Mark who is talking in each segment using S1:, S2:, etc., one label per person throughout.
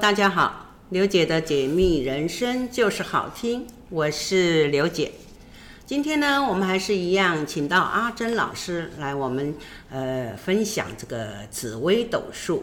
S1: 大家好，刘姐的解密人生就是好听，我是刘姐。今天呢，我们还是一样，请到阿珍老师来，我们呃分享这个紫微斗数。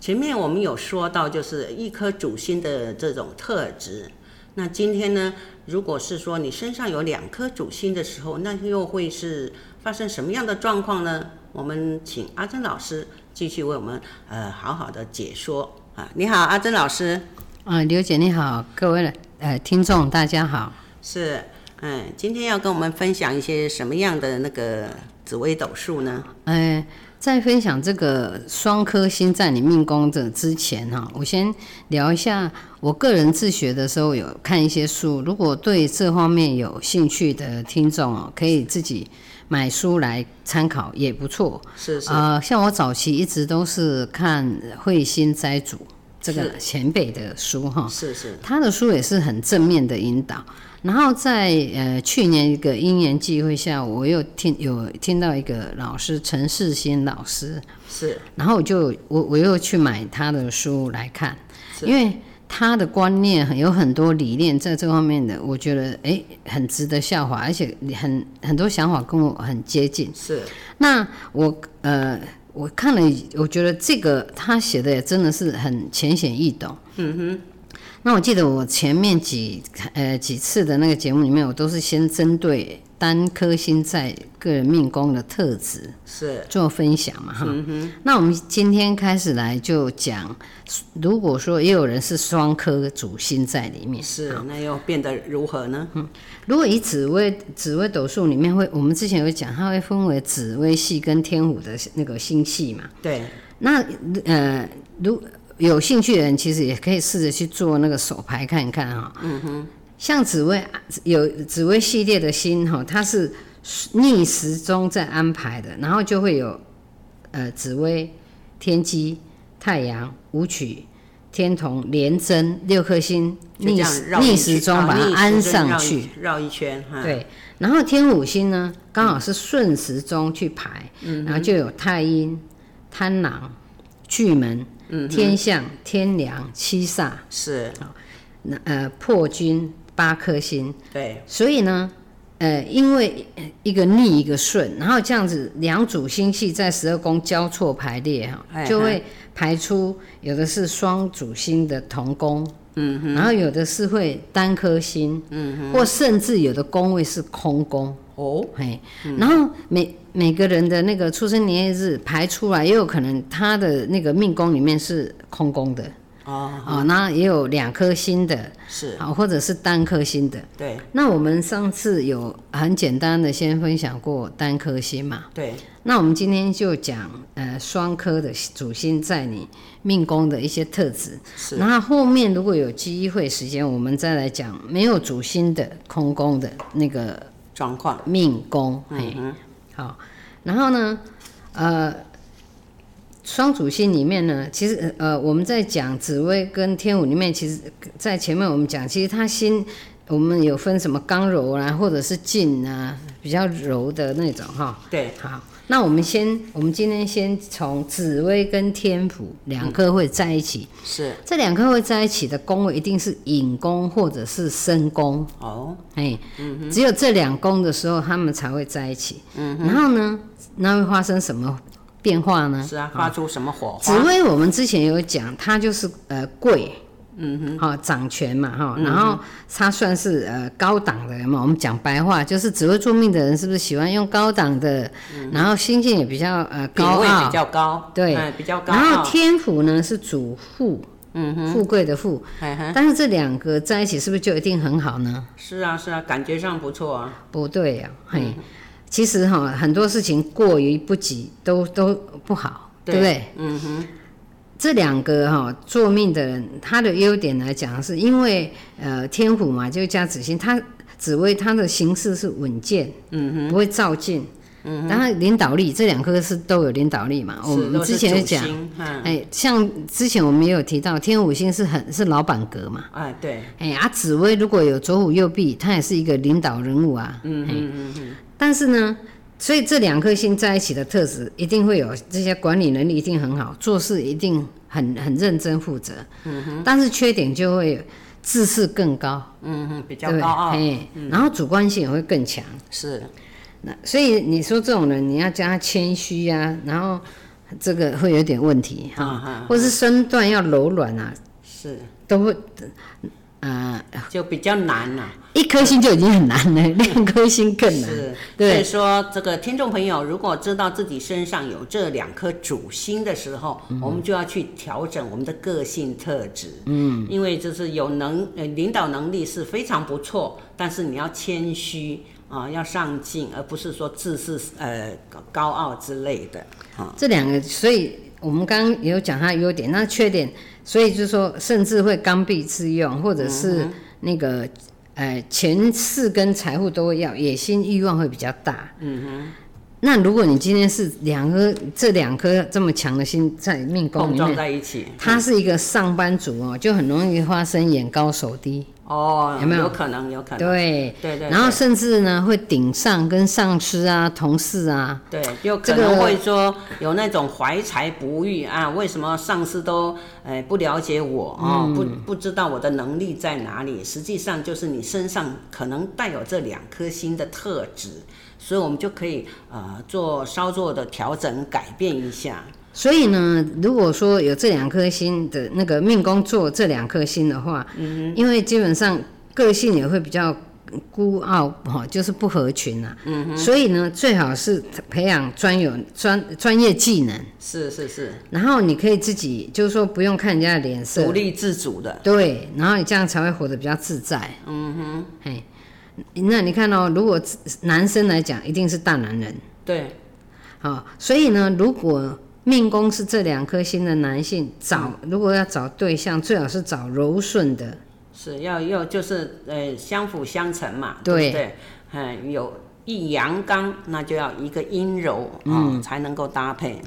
S1: 前面我们有说到，就是一颗主星的这种特质。那今天呢，如果是说你身上有两颗主星的时候，那又会是发生什么样的状况呢？我们请阿珍老师继续为我们呃好好的解说啊。你好，阿珍老师。
S2: 啊、刘姐你好，各位呃听众大家好。
S1: 是，嗯，今天要跟我们分享一些什么样的那个紫微斗数呢？
S2: 嗯、在分享这个双颗星在你命宫的之前哈、我先聊一下我个人自学的时候有看一些书，如果对这方面有兴趣的听众哦，可以自己买书来参考也不错。
S1: 是是，
S2: 呃，像我早期一直都是看慧心斋主这个
S1: 是
S2: 前辈的书哈，
S1: 是是，
S2: 他的书也是很正面的引导。然后在呃去年一个因缘际会下，我又听有听到一个老师陈世新老师，
S1: 是
S2: 然后我就我我又去买他的书来看，
S1: 是
S2: 因为他的观念很有很多理念在这方面的，我觉得诶很值得效法，而且很很多想法跟我很接近。
S1: 是
S2: 那我呃，我看了，我觉得这个他写的也真的是很浅显易懂。嗯哼。那我记得我前面几呃几次的那个节目里面，我都是先针对单颗星在个人命宫的特质
S1: 是
S2: 做分享嘛哈。那我们今天开始来就讲，如果说也有人是双颗主星在里面，
S1: 是，那又变得如何呢？
S2: 嗯如果以紫微紫微斗数里面会，我们之前有讲，它会分为紫微系跟天府的那个星系嘛。
S1: 对，
S2: 那呃，如有兴趣的人，其实也可以试着去做那个手牌看一看哈、嗯哼，像紫微有紫微系列的星哈、它是逆时钟在安排的，然后就会有呃紫微、天机、太阳、武曲、天同、廉贞六颗星
S1: 就这
S2: 逆
S1: 样
S2: 时
S1: 绕一
S2: 逆
S1: 圈
S2: 时钟
S1: 啊
S2: 把它
S1: 逆时
S2: 安
S1: 针
S2: 上
S1: 绕一
S2: 去。
S1: 绕一圈哈。，
S2: 对，然后天五星呢，刚好是顺时钟去排，然后就有太阴、贪狼、巨门、天象、天梁、七煞，
S1: 是，
S2: 那呃破军八颗星，
S1: 对，
S2: 所以呢。呃，因为一个逆一个顺，然后这样子两组星系在十二宫交错排列哈，
S1: 哎
S2: 就会排出有的是双主星的同宫，嗯哼，然后有的是会单颗星，嗯哼，或甚至有的宫位是空宫，
S1: 哦，
S2: 嘿，然后每每个人的那个出生年月日排出来，也有可能他的那个命宫里面是空宫的
S1: 哦，
S2: 啊，那、也有两颗星的，
S1: 是，
S2: 啊，或者是单颗星的。
S1: 对，
S2: 那我们上次有很简单的先分享过单颗星嘛，
S1: 对，
S2: 那我们今天就讲呃双颗的主星在你命宫的一些特质，
S1: 是
S2: 然后后面如果有机会时间，我们再来讲没有主星的空宫的那个
S1: 状况，嗯
S2: 命宫，哎、好，然后呢，呃，双主星里面呢，其实呃，我们在讲紫薇跟天舞里面，其实，在前面我们讲，其实它心我们有分什么刚柔啦、或者是劲啊，比较柔的那种哈。
S1: 对，
S2: 好，那我们先，我们今天先从紫薇跟天府两颗会在一起，
S1: 是，
S2: 这两颗会在一起的宫位一定是引宫或者是申宫。
S1: 哦，
S2: 哎，只有这两宫的时候，他们才会在一起。
S1: 嗯
S2: 然后呢，那会发生什么变化呢？
S1: 是啊，发出什么火
S2: 嗯紫
S1: 花？
S2: 薇我们之前有讲，它就是呃贵，嗯哼，好、掌权嘛哈、
S1: 嗯
S2: 然后它算是呃高档的人嘛。我们讲白话，就是紫薇做命的人是不是喜欢用高档的，然后心性也比较呃
S1: 嗯品
S2: 高
S1: 位比
S2: 傲，
S1: 较高，
S2: 对
S1: 嗯比较高
S2: 然后
S1: 傲，
S2: 天府呢是主富，嗯哼，富贵的富。
S1: 嗯哼，
S2: 但是这两个在一起是不是就一定很好呢？
S1: 是啊，是啊，感觉上不错啊。
S2: 不对呀、嘿，其实哈、很多事情过于不及都都不好，对不对？
S1: 嗯哼，
S2: 这两个哈、做命的人，他的优点来讲，是因为呃天府嘛，就加子星，他紫薇他的形式是稳健，嗯哼，不会照进，嗯，然后领导力这两颗是都有领导力嘛，哦
S1: 是
S2: 我们
S1: 都是
S2: 之前有
S1: 主
S2: 讲，
S1: 星嗯，
S2: 哎，像之前我们也有提到，天五星是很是老板格嘛，
S1: 哎，对，
S2: 哎啊，紫
S1: 嗯
S2: 薇如果有左辅右弼，他也是一个领导人物啊。嗯嗯嗯但是呢，所以这两颗心在一起的特质，一定会有这些管理能力一定很好，做事一定很很认真负责。嗯哼。但是缺点就会有自视更高，
S1: 嗯哼，比较
S2: 对不对？
S1: 高
S2: 哎
S1: 傲，嗯
S2: 嘿然后主观性也会更强。
S1: 是
S2: 那所以你说这种人，你要加谦虚啊，然后这个会有点问题哈、
S1: 啊哈
S2: 或是身段要柔软啊，
S1: 是，
S2: 都会啊、
S1: 就比较难了、啊
S2: 一颗心就已经很难了，两颗心更难。
S1: 是，所以
S2: 对，
S1: 说这个听众朋友，如果知道自己身上有这两颗主星的时候，
S2: 嗯
S1: 我们就要去调整我们的个性特质。嗯，因为就是有能呃领导能力是非常不错，但是你要谦虚啊，要上进，而不是说自视呃高傲之类的。啊，
S2: 这两个，所以我们刚刚也有讲他的优点，那缺点，所以就是说，甚至会刚愎自用，或者
S1: 嗯
S2: 是那个、呃前世跟财富都会要，野心欲望会比较大。嗯哼。那如果你今天是两颗这两颗这么强的心在命宫
S1: 碰
S2: 里
S1: 撞
S2: 面，
S1: 在一起，
S2: 他是一个上班族哦，就很容易发生眼高手低。
S1: 哦，
S2: 有没有
S1: 可能？有可能。
S2: 对。
S1: 对对，
S2: 然后
S1: 对
S2: 甚至呢，会顶上跟上司啊、同事啊，
S1: 对，就可
S2: 这个
S1: 能会说有那种怀才不遇啊，为什么上司都呃不了解我哦，
S2: 嗯
S1: 不不知道我的能力在哪里？实际上就是你身上可能带有这两颗星的特质，所以我们就可以呃做稍作的调整，改变一下。
S2: 所以呢，如果说有这两颗星的那个命宫做这两颗星的话，
S1: 嗯
S2: 因为基本上个性也会比较孤傲哈、哦，就是不合群啊。
S1: 嗯
S2: 所以呢，最好是培养专有专专业技能，
S1: 是是是，
S2: 然后你可以自己就是说不用看人家的脸色
S1: 独，立自主的，
S2: 对，然后你这样才会活得比较自在。嗯哼，嘿，那你看哦，如果男生来讲，一定是大男人。
S1: 对，
S2: 好、所以呢，如果命宫是这两颗星的男性，找、
S1: 嗯
S2: 如果要找对象，最好是找柔顺的，
S1: 是要要就是呃相辅相成嘛，对
S2: 对
S1: 不对？嗯，有一阳刚，那就要一个阴柔啊、
S2: 嗯
S1: 才能够搭配。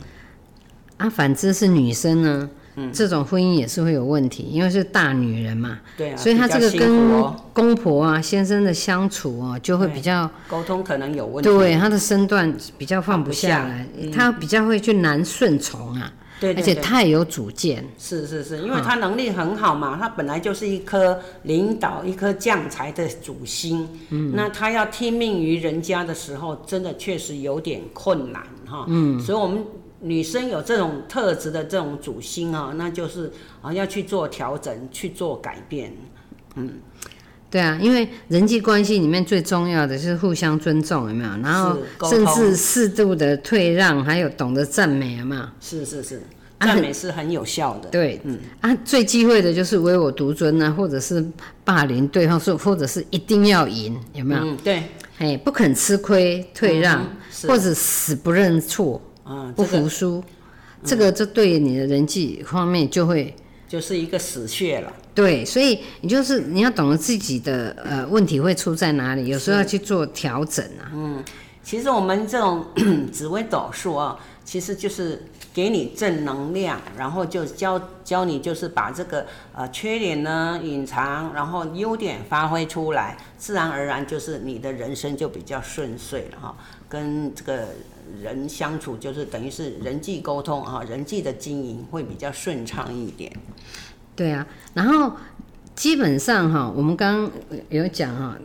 S2: 啊，反之是女生呢，
S1: 嗯
S2: 这种婚姻也是会有问题，因为是大女人嘛，
S1: 对啊，
S2: 所以她
S1: 比较
S2: 这个
S1: 辛
S2: 跟
S1: 苦哦
S2: 公婆啊、先生的相处哦、就会
S1: 对
S2: 比较
S1: 沟通可能有嗯问题。
S2: 对啊她的身段比较放不下
S1: 放不下嗯
S2: 来，她比较会去难顺从啊，
S1: 对对
S2: 而且
S1: 对
S2: 太有主见。
S1: 是是是，
S2: 嗯
S1: 因为他能力很好嘛，他本来就是一颗领导、一颗将才的主心。嗯，那他要听命于人家的时候，真的确实有点困难哈。嗯，所以我们女生有这种特质的这种主心啊，那就是啊要去做调整、去做改变。
S2: 对啊，因为人际关系里面最重要的就是互相尊重，有没有？然后
S1: 沟
S2: 甚
S1: 通
S2: 至适度的退让，还有懂得赞美，有没有？
S1: 是是是，
S2: 啊
S1: 赞
S2: 很
S1: 美是很有效的。
S2: 对，啊，最忌讳的就是唯我独尊啊，或者是霸凌对方，说或者是一定要赢，有没有？
S1: 嗯，对，
S2: 哎、不肯吃亏，退让，
S1: 嗯是
S2: 或者死不认错，
S1: 嗯，
S2: 不
S1: 这个嗯
S2: 服输，这个这对你的人际方面就会
S1: 就是一个死穴了。
S2: 对，所以你就是你要懂得自己的呃问题会出在哪里，有时候要去做调整啊。
S1: 其实我们这种 紫微斗数啊，其实就是给你正能量，然后就教教你就是把这个呃缺点呢隐藏，然后优点发挥出来，自然而然就是你的人生就比较顺遂了哈、跟这个人相处就是等于是人际沟通啊，人际的经营会比较顺畅一点。
S2: 对啊，然后基本上哈、我们刚刚有讲哈、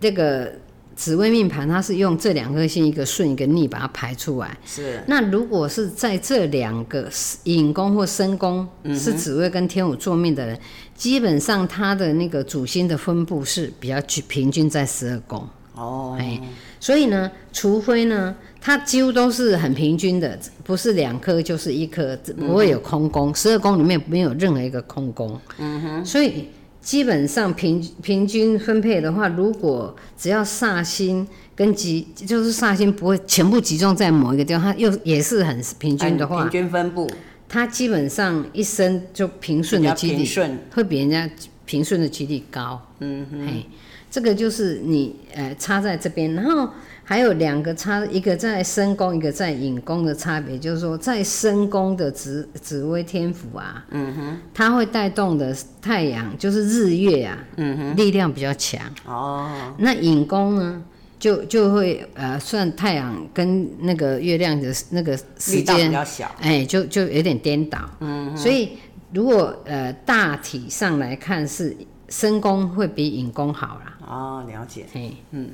S2: 这个紫微命盘它是用这两颗星，一个顺一个逆把它排出来。
S1: 是
S2: 那如果是在这两个引宫或身宫是紫微跟天武坐命的人，基本上他的那个主星的分布是比较均平均在十二宫。
S1: 哦，
S2: 哎，所以呢，除非呢，它几乎都是很平均的，不是两颗就是一颗，不会有空宫。十二宫里面没有任何一个空宫。嗯哼。所以基本上平平均分配的话，如果只要煞星跟集，就是煞星不会全部集中在某一个地方，它又也是很平均的话
S1: 平，均分布
S2: 它基本上一生就平顺
S1: 比
S2: 的
S1: 较
S2: 几率
S1: 平顺，
S2: 会比人家平顺的几率高。嗯哼，这个就是你呃插在这边，然后还有两个插，一个在身宫，一个在引宫的差别，就是说在身宫的紫紫微天府啊，嗯哼，它会带动的太阳就是日月啊，嗯哼，力量比较强。
S1: 哦，
S2: 那引宫呢，就就会呃算太阳跟那个月亮的那个时
S1: 力道比
S2: 间，
S1: 较小，
S2: 哎，就就有点颠倒。嗯，所以如果呃大体上来看是申宫会比引宫好啦。
S1: 哦，了解。
S2: 嘿，嗯，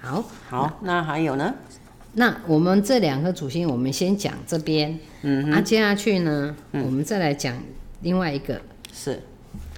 S2: 好，
S1: 好，那还有呢？
S2: 那我们这两颗主星，我们先讲这边，嗯，啊，接下去呢，
S1: 嗯
S2: 我们再来讲另外一个。
S1: 是，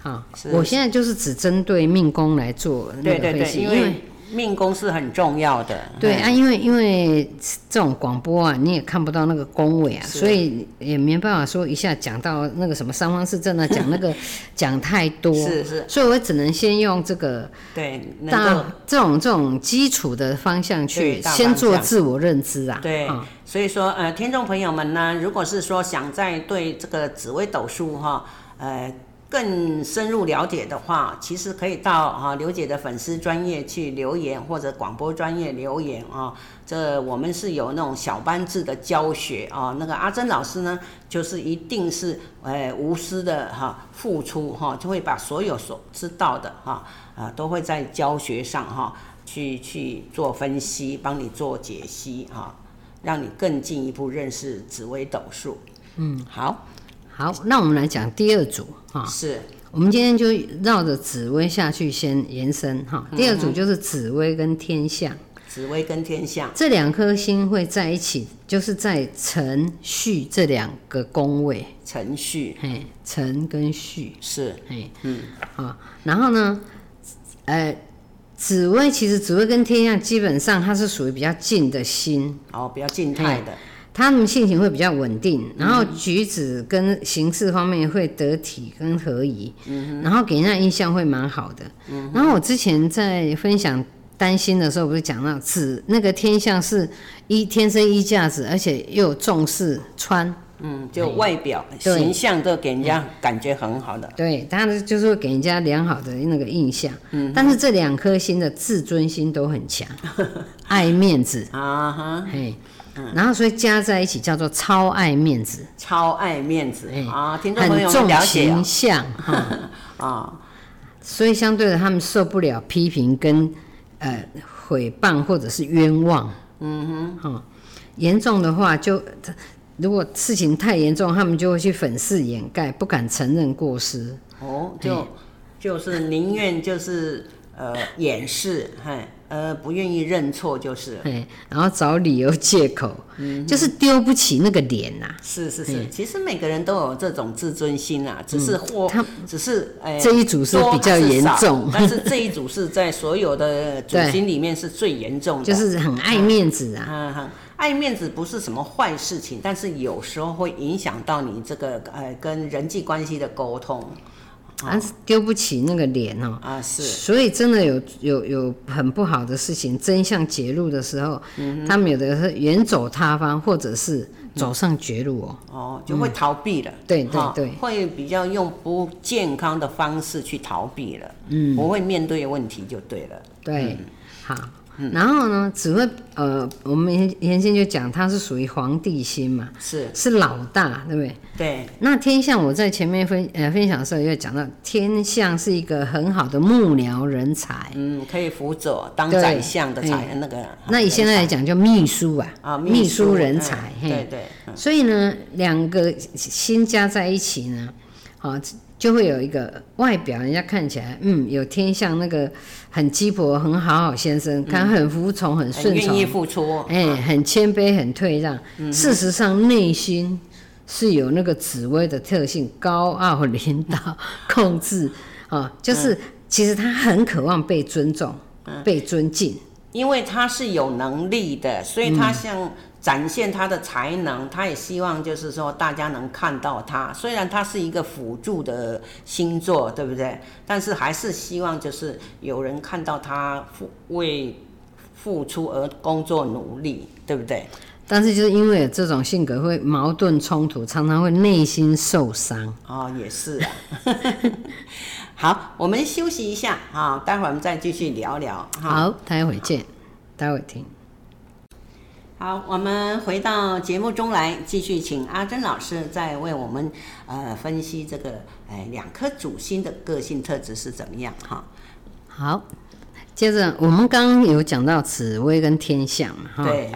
S2: 好
S1: 是，
S2: 我现在就是只针对命宫来做那
S1: 对对
S2: 个分
S1: 对，
S2: 析，
S1: 因为命宫是很重要的。
S2: 对
S1: 嗯
S2: 啊，因为因为这种广播啊，你也看不到那个宫位啊，
S1: 是
S2: 所以也没办法说一下讲到那个什么三方四正啊，讲那 个讲太多，
S1: 是是，
S2: 所以我只能先用这个
S1: 对，能够
S2: 大这种这种基础的方向
S1: 对
S2: 去
S1: 大
S2: 先
S1: 方
S2: 做
S1: 向
S2: 自我认知啊，
S1: 对
S2: 啊，
S1: 所以说呃，听众朋友们呢，如果是说想在对这个紫微斗数哈，呃。更深入了解的话，其实可以到哈、啊、刘姐的粉丝专业去留言，或者广播专业留言啊。这我们是有那种小班制的教学啊。那个阿珍老师呢，就是一定是呃无私的哈、付出哈、就会把所有所知道的哈啊都会在教学上哈、去去做分析，帮你做解析啊哈。让你更进一步认识紫微斗数。嗯，好，
S2: 好，那我们来讲第二组哈、
S1: 是
S2: 我们今天就绕着紫薇下去先延伸哈、
S1: 嗯
S2: 第二组就是紫薇跟天象、
S1: 紫微跟天象
S2: 这两颗星会在一起，就是在辰戌这两个宫位，
S1: 程序
S2: 嘿，辰跟戌，
S1: 是
S2: 嘿，嗯，好、然后呢，呃，紫薇其实紫薇跟天象基本上它是属于比较近的星，
S1: 哦，比较静态的，
S2: 他们性情会比较稳定，然后举止跟行事方面会得体跟合宜，然后给人家印象会蛮好的。然后我之前在分享担心的时候，不是讲到子那个天象是一天生一架子，而且又重视穿，
S1: 嗯，就外表
S2: 对
S1: 形象都给人家感觉很好的，
S2: 对，他就是会给人家良好的那个印象。但是这两颗星的自尊心都很强，爱面子，
S1: 啊哈，
S2: 嘿，然后所以加在一起叫做超爱面子。
S1: 超爱面子
S2: 哎
S1: 啊，听众朋
S2: 很
S1: 友们
S2: 重
S1: 了解
S2: 形
S1: 啊
S2: 象哈、
S1: 啊，
S2: 所以相对的，他们受不了批评跟呃毁谤或者是冤枉，嗯哼，哈、严重的话就如果事情太严重，他们就会去粉饰掩盖，不敢承认过失，
S1: 哦，就就是宁愿就是呃掩饰，嘿，呃不愿意认错就是。
S2: 哎，然后找理由借口，
S1: 嗯
S2: 就是丢不起那个脸啊呐、
S1: 是是
S2: 嗯
S1: 是，其实每个人都有这种自尊心啊，只是或、
S2: 他
S1: 只是哎、
S2: 这一组是
S1: 多
S2: 比较
S1: 还是
S2: 严
S1: 少
S2: 重
S1: 但是这一组是在所有的主
S2: 对
S1: 星里面是最严重的，
S2: 就是很爱面子啊。
S1: 嗯哼，爱面子不是什么坏事情，但是有时候会影响到你这个呃跟人际关系的沟通
S2: 啊，丢不起那个脸哦。
S1: 啊，是
S2: 所以真的有有有很不好的事情，真相揭露的时候，他们有的是远走他方，或者是走上绝路哦。
S1: 哦，就会逃避了，
S2: 嗯对对
S1: 哈
S2: 对
S1: 会比较用不健康的方式去逃避了，嗯，不会面对问题就对了，
S2: 对，好。
S1: 嗯
S2: 然后呢，只会呃，我们原原先就讲它是属于皇帝星嘛，
S1: 是
S2: 是老大，对不对？
S1: 对，
S2: 那天象我在前面分呃分享的时候也有讲到，天象是一个很好的幕僚人才。
S1: 嗯，可以辅佐当
S2: 对哎
S1: 宰相的才那个，
S2: 那以现在来讲叫秘书啊，
S1: 啊
S2: 秘书人才，
S1: 嗯
S2: 嘿，
S1: 对对，嗯
S2: 所以呢，两个新加在一起呢，好、就会有一个外表，人家看起来，嗯，有天象那个很鸡婆、很好好先生，看很服从、很
S1: 很
S2: 顺
S1: 愿意
S2: 从，
S1: 付出，
S2: 哎、很谦卑、很退让。事实上，内心是有那个紫薇的特性，高傲、领导、 控制，啊、
S1: 嗯
S2: 就是、其实他很渴望被尊重、被尊敬。
S1: 因为他是有能力的，所以他想展现他的才能，他也希望就是说大家能看到他。虽然他是一个辅助的星座，对不对？但是还是希望就是有人看到他付为付出而工作努力，对不对？
S2: 但是就是因为有这种性格会矛盾冲突，常常会内心受伤。
S1: 哦，也是、啊。 好，我们休息一下啊，待会儿我们再继续聊聊。哈。
S2: 好，待会见，待会听。
S1: 好，我们回到节目中来，继续请阿珍老师再为我们呃分析哎这个呃两颗主星的个性特质是怎么样哈。
S2: 好，接着我们刚刚有讲到紫薇跟天象嘛，哈，
S1: 对，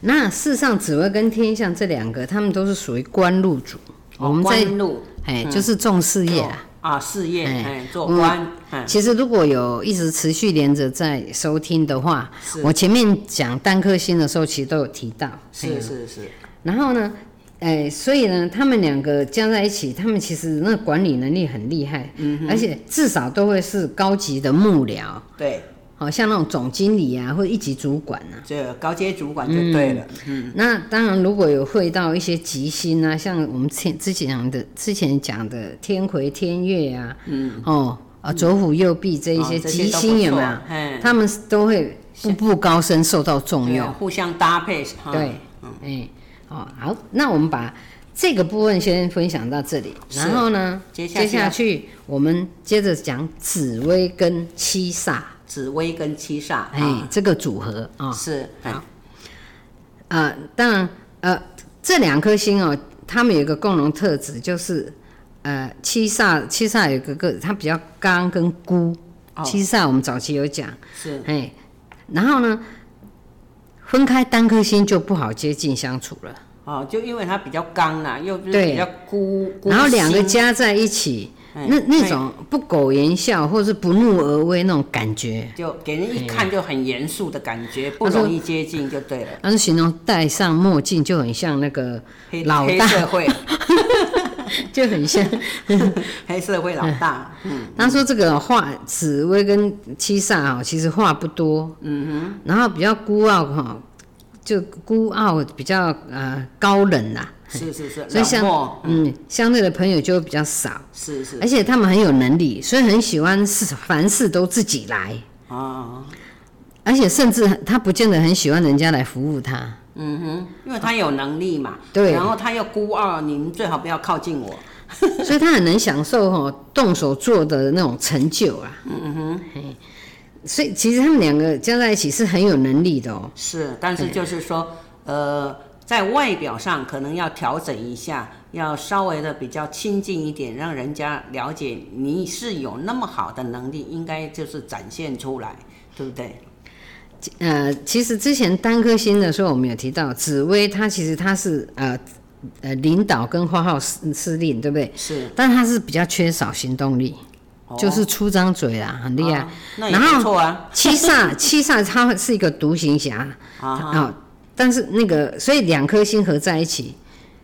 S2: 那事实上紫薇跟天象这两个，他们都是属于官禄主，我们在
S1: 哦官嗯路
S2: 哎就是重事业啦。
S1: 啊，事业，
S2: 哎
S1: 哎，做
S2: 我
S1: 官，哎，
S2: 其实如果有一直持续连着在收听的话，
S1: 是
S2: 我前面讲单颗星的时候，其实都有提到。
S1: 是是是，
S2: 然后呢，哎，所以呢，他们两个加在一起，他们其实那管理能力很厉害，
S1: 嗯
S2: 而且至少都会是高级的幕僚，
S1: 对，
S2: 好、像那种总经理啊，或一级主管啊。
S1: 这高阶主管就对了，
S2: 那当然，如果有会到一些吉星啊，像我们前之前讲的之前讲的天魁、天月啊，嗯，哦啊，左辅右弼这一些
S1: 哦这
S2: 吉
S1: 都不
S2: 星有没
S1: 错
S2: 有？
S1: 哎，
S2: 他们都会步步高升，受到嗯重
S1: 对
S2: 用
S1: 啊。互相搭配，哈嗯
S2: 对，哎，哦，好，那我们把这个部分先分享到这里，
S1: 是
S2: 然后呢，
S1: 接下去啊
S2: 接下去我们接着讲紫薇跟七煞，
S1: 紫薇跟七煞，
S2: 哎
S1: 啊，，
S2: 这个组合啊。
S1: 是，哎
S2: 啊，当然，呃，这两颗星哦，它们有一个共同特质，就是呃，七煞七煞有一个个它比较刚跟孤，
S1: 哦
S2: 七煞我们早期有讲，
S1: 是，
S2: 哎，然后呢，分开单颗星就不好接近相处了，
S1: 哦，就因为他比较刚啦，又就是
S2: 对
S1: 比较孤，孤
S2: 然后两个
S1: 心
S2: 加在一起，
S1: 哎
S2: 那那
S1: 哎
S2: 种不苟言笑或是不怒而威那种感觉，
S1: 就给人一看就很严肃的感
S2: 哎
S1: 觉，不容易接近就对了。
S2: 但是形容戴上墨镜就很像那个
S1: 黑
S2: 老
S1: 黑
S2: 大，
S1: 社会，
S2: 就很像
S1: 黑社会老大，嗯，
S2: 他说这个话，紫薇跟七煞啊、其实话不多，嗯哼，然后比较孤傲哈、就孤傲比较呃高冷啦、
S1: 是是是，
S2: 所以
S1: 冷
S2: 像
S1: 漠，
S2: 嗯相对的朋友就会比较少，
S1: 是是
S2: 而且他们很有能力，所以很喜欢事凡事都自己来，
S1: 哦，
S2: 而且甚至他不见得很喜欢人家来服务他，
S1: 嗯哼，因为他有能力嘛，
S2: 对
S1: 然后他又孤傲，你们最好不要靠近我，
S2: 所以他很能享受哈、动手做的那种成就啊，嗯哼，所以其实他们两个加在一起是很有能力的哦。
S1: 是，但是就是说，呃，在外表上可能要调整一下，要稍微的比较亲近一点，让人家了解你是有那么好的能力，应该就是展现出来，对不对？
S2: 呃，其实之前单颗星的时候，我们有提到紫薇，她其实她是呃呃领导跟花号司司令，对不对？
S1: 是，
S2: 但她是比较缺少行动力，
S1: 哦
S2: 就是出张嘴啦，很厉害。
S1: 啊那也
S2: 然
S1: 不
S2: 后
S1: 错啊。
S2: 七煞，七煞她是一个独行侠
S1: 啊哈，
S2: 哦但是那个所以两颗星合在一起，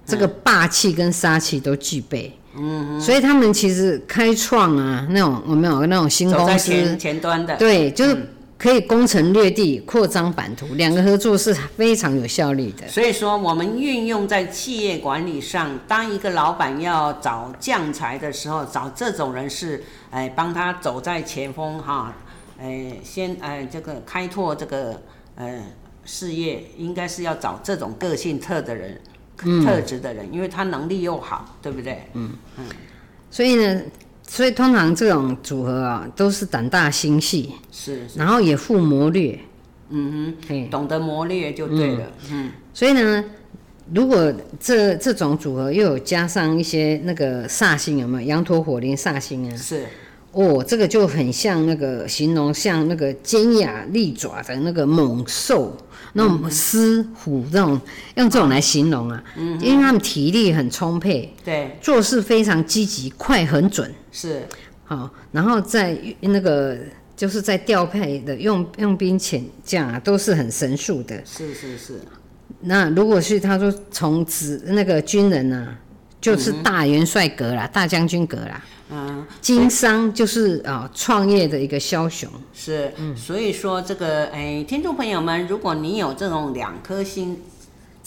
S2: 这个霸气跟杀气都具备。嗯，所以他们其实开创啊，那种有没有那种新
S1: 走在
S2: 公司
S1: 前前端的，
S2: 对，就是可以攻城略地、扩张版图，两个合作是非常有效率的。
S1: 所以说我们运用在企业管理上，当一个老板要找将才的时候，找这种人是，哎，帮他走在前锋哈，哎，先哎这个开拓这个呃事业，应该是要找这种个性特的人。特质的人，因为他能力又好，对不对？
S2: 所以呢，所以通常这种组合啊，都是胆大心细，
S1: 是
S2: 然后也富谋略。
S1: 嗯
S2: 嘿
S1: 哼，懂得磨练就对了。嗯，
S2: 所以呢，如果这这种组合又有加上一些那个煞星，有没有羊驼火灵煞星啊？
S1: 嗯是
S2: 哦，这个就很像那个形容像那个尖牙利爪的那个猛兽，那种狮虎这种，用这种来形容啊，因为他们体力很充沛，
S1: 对，
S2: 做事非常积极、快、很准，
S1: 是
S2: 好、然后在那个就是在调配的用用兵遣将啊，都是很神速的。
S1: 是是是，
S2: 那如果是他说从职那个军人啊，就是大元帅格啦，大将军格啦，
S1: 嗯，
S2: 经商就是啊、创业的一个枭雄。
S1: 是，
S2: 嗯
S1: 所以说这个哎，听众朋友们，如果你有这种两颗星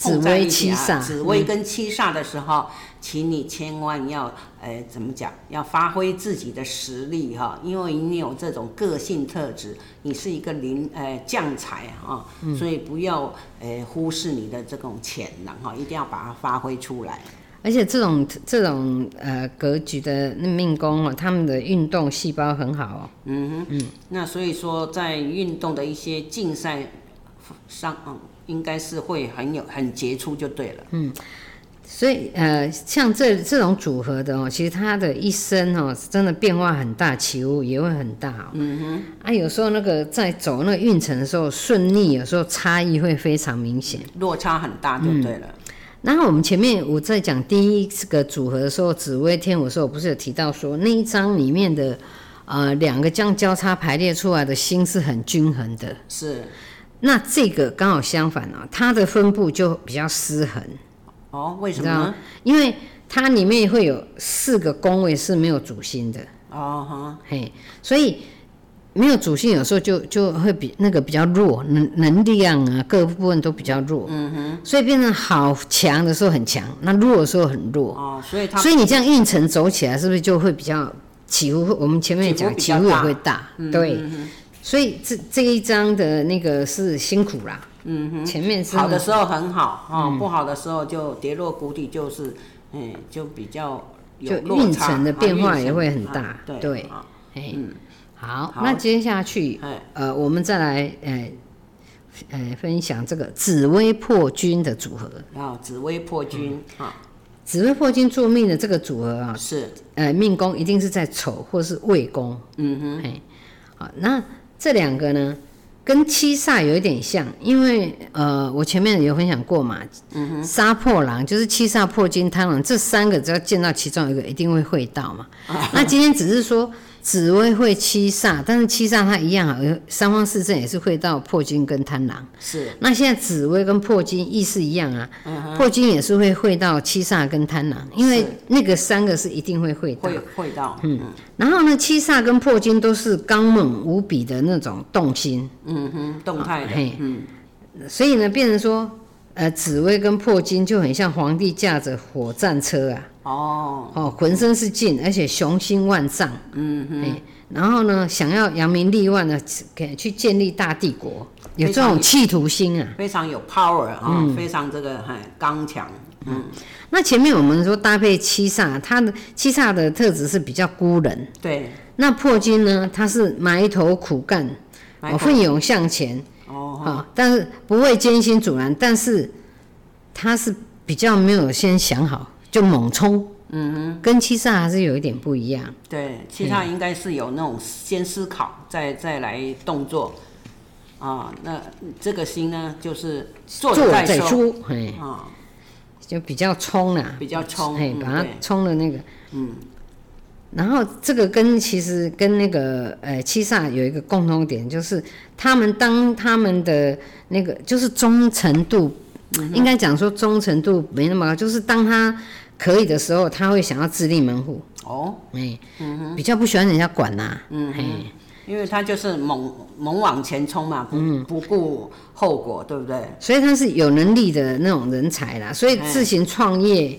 S1: 碰在一起啊。
S2: 紫微七煞嗯
S1: 紫薇跟七煞的时候，请你千万要，呃，怎么讲？要发挥自己的实力哈，因为你有这种个性特质，你是一个领呃将才哈，
S2: 嗯
S1: 所以不要呃忽视你的这种潜能哈，一定要把它发挥出来。
S2: 而且这种这种呃格局的命宫哦，他们的运动细胞很好哦。
S1: 那所以说，在运动的一些竞赛上，嗯，应该是会很有很杰出就对了。
S2: 所以呃，像这这种组合的哦，其实他的一生哦，真的变化很大，起伏也会很大、哦。嗯哼，啊，有时候那个在走那个运程的时候，顺利有时候差异会非常明显。
S1: 落差很大
S2: 嗯
S1: 就对了。
S2: 然后我们前面我在讲第一个组合的时候，紫微天我说我不是有提到说那一章里面的呃两个这样交叉排列出来的星是很均衡的，
S1: 是
S2: 那这个刚好相反啊，它的分布就比较失衡。
S1: 哦，为
S2: 你
S1: 什
S2: 知
S1: 么
S2: 道
S1: 呢
S2: 吗？？因为它里面会有四个宫位是没有主星的，
S1: 哦哈，
S2: 嘿，所以没有主星有时候就就会比那个比较弱，能能量啊各部分都比较弱，嗯哼，所以变成好强的时候很强，那弱的时候很弱，
S1: 哦，所以他
S2: 所以你这样运程走起来是不是就会比较起伏会？我们前面也讲
S1: 起
S2: 起
S1: 伏
S2: 伏
S1: 比较
S2: 也
S1: 大嗯
S2: 会大，对，所以这这一章的那个是辛苦啦，嗯哼，嗯前面是
S1: 好的时候很好，哦，不好的时候就跌落谷底，就是嗯，就比较有
S2: 就
S1: 落
S2: 运
S1: 差
S2: 程的
S1: 啊
S2: 变化
S1: 运
S2: 也
S1: 程
S2: 会很
S1: 啊
S2: 大
S1: 对
S2: 对
S1: 啊
S2: 哎，
S1: 嗯
S2: 好，
S1: 好
S2: 那接下去
S1: 哎，
S2: 呃，我们再来呃呃分享这个紫薇破军的组合。
S1: 然后紫薇破军
S2: 嗯
S1: 啊，
S2: 紫薇破军做命的这个组合啊，
S1: 是
S2: 呃，命宫一定是在丑或是未宫。
S1: 嗯哼，
S2: 哎，好，那这两个呢，跟七煞有一点像，因为呃，我前面有分享过嘛，嗯哼，杀破狼就是七煞破金贪狼这三个，只要见到其中一个，一定会会到嘛。 那今天只是说紫薇会七煞，但是七煞它一样啊，有三方四正也是会到破金跟贪狼。
S1: 是
S2: 那现在紫薇跟破金意思一样啊，破金也是会会到七煞跟贪狼，因为
S1: 是
S2: 那个三个是一定会会到
S1: 会。会到嗯
S2: 然后呢，七煞跟破金都是刚猛无比的那种动心，
S1: 嗯哼动态的
S2: 啊嘿
S1: 嗯
S2: 所以呢，变成说，呃，紫薇跟破金就很像皇帝驾着火战车啊，
S1: 哦
S2: 哦，浑身是劲，而且雄心万丈，
S1: 嗯哼
S2: 哎，然后呢，想要扬名立万呢，给去建立大帝国，有这种企图心啊。
S1: 非常有 power
S2: 嗯
S1: 啊，非常这个很刚强嗯
S2: 那前面我们说搭配七煞，它的七煞的特质是比较孤冷，
S1: 对
S2: 那破金呢，它是埋头苦干，
S1: 埋
S2: 哦
S1: 头
S2: 奋勇向前。
S1: 哦
S2: 啊、但是不畏艰辛阻拦，但是他是比较没有先想好就猛冲，嗯哼，跟七煞还是有一点不一样。
S1: 对，其他应该是有那种先思考，再再来动作。啊，那这个心呢，就是坐
S2: 做
S1: 着再
S2: 在
S1: 说
S2: 出，哎，
S1: 啊，
S2: 就比较冲啦、
S1: 比较冲，
S2: 哎，
S1: 嗯
S2: 把它
S1: 对
S2: 冲的那个，嗯。然后这个跟其实跟那个呃七煞有一个共通点，就是他们当他们的那个就是忠诚度，
S1: 嗯
S2: 应该讲说忠诚度没那么高，就是当他可以的时候，他会想要自立门户，
S1: 哦，
S2: 哎、比较不喜欢人家管呐、嗯，哎、
S1: 因为他就是猛猛往前冲嘛，不、
S2: 嗯
S1: 不顾后果，对不对？
S2: 所以他是有能力的那种人才啦，所以
S1: 哎
S2: 自行创业，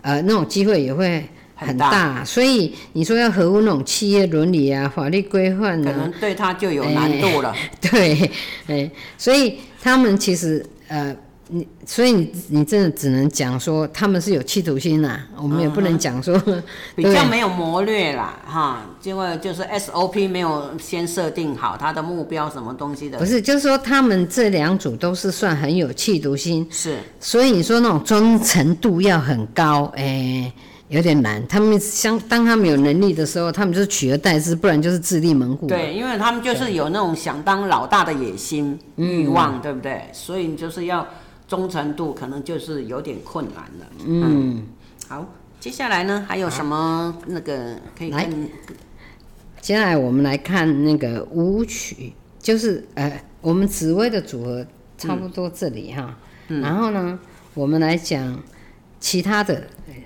S2: 呃，那种机会也会很
S1: 很
S2: 大。
S1: 大
S2: 所以你说要合乎那种企业伦理啊、法律规范
S1: 可
S2: 啊
S1: 能，对他就有难度了，
S2: 对，哎、所以他们其实呃，你所以你你真的只能讲说他们是有企图心啦、我们也不能讲说、
S1: 啊比较没有谋略啦，哈，因为就是 SOP 没有先设定好他的目标什么东西
S2: 不
S1: 的，
S2: 是，就是说他们这两组都是算很有企图心，
S1: 是
S2: 所以你说那种忠诚度要很高，哎、有点难。他们相当他们有能力的时候，他们就是取而代之，不然就是自立门户。，
S1: 对，因为他们就是有那种想当老大的野心、
S2: 嗯
S1: 欲望，对不对？所以你就是要忠诚度，可能就是有点困难了。嗯，好，接下来呢还有什么那个可以
S2: 来
S1: 跟
S2: 接下来我们来看那个舞曲，就是呃，我们紫薇的组合差不多这里哈。然后呢，我们来讲其他的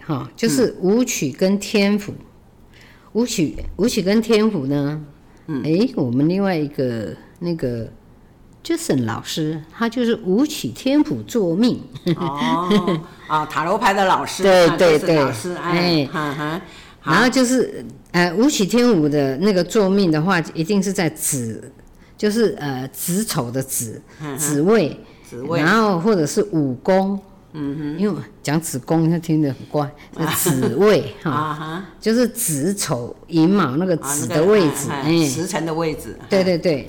S2: 哈，就是舞曲跟天府。舞曲舞曲跟天府呢，诶，我们另外一个那个 Jason 老师，他就是舞曲天府作命。
S1: 哦，啊，塔罗牌的老师，
S2: 对
S1: 啊
S2: 对
S1: 就是
S2: 对
S1: 老师，哎
S2: 哎，
S1: 哈哈，
S2: 然后就是呃，武曲天武的那个坐命的话，一定是在子，就是呃子丑的子
S1: 嗯
S2: 子位，
S1: 紫薇
S2: 然后或者是武功。嗯哼，因为我讲子宫，他听得很 怪，是子位哈，
S1: 啊哈，
S2: 就是子丑寅卯那个
S1: 啊
S2: 子
S1: 那
S2: 的
S1: 个
S2: 位
S1: 哎
S2: 置，
S1: 哎
S2: 哎，
S1: 时辰的位置，哎
S2: 对对对，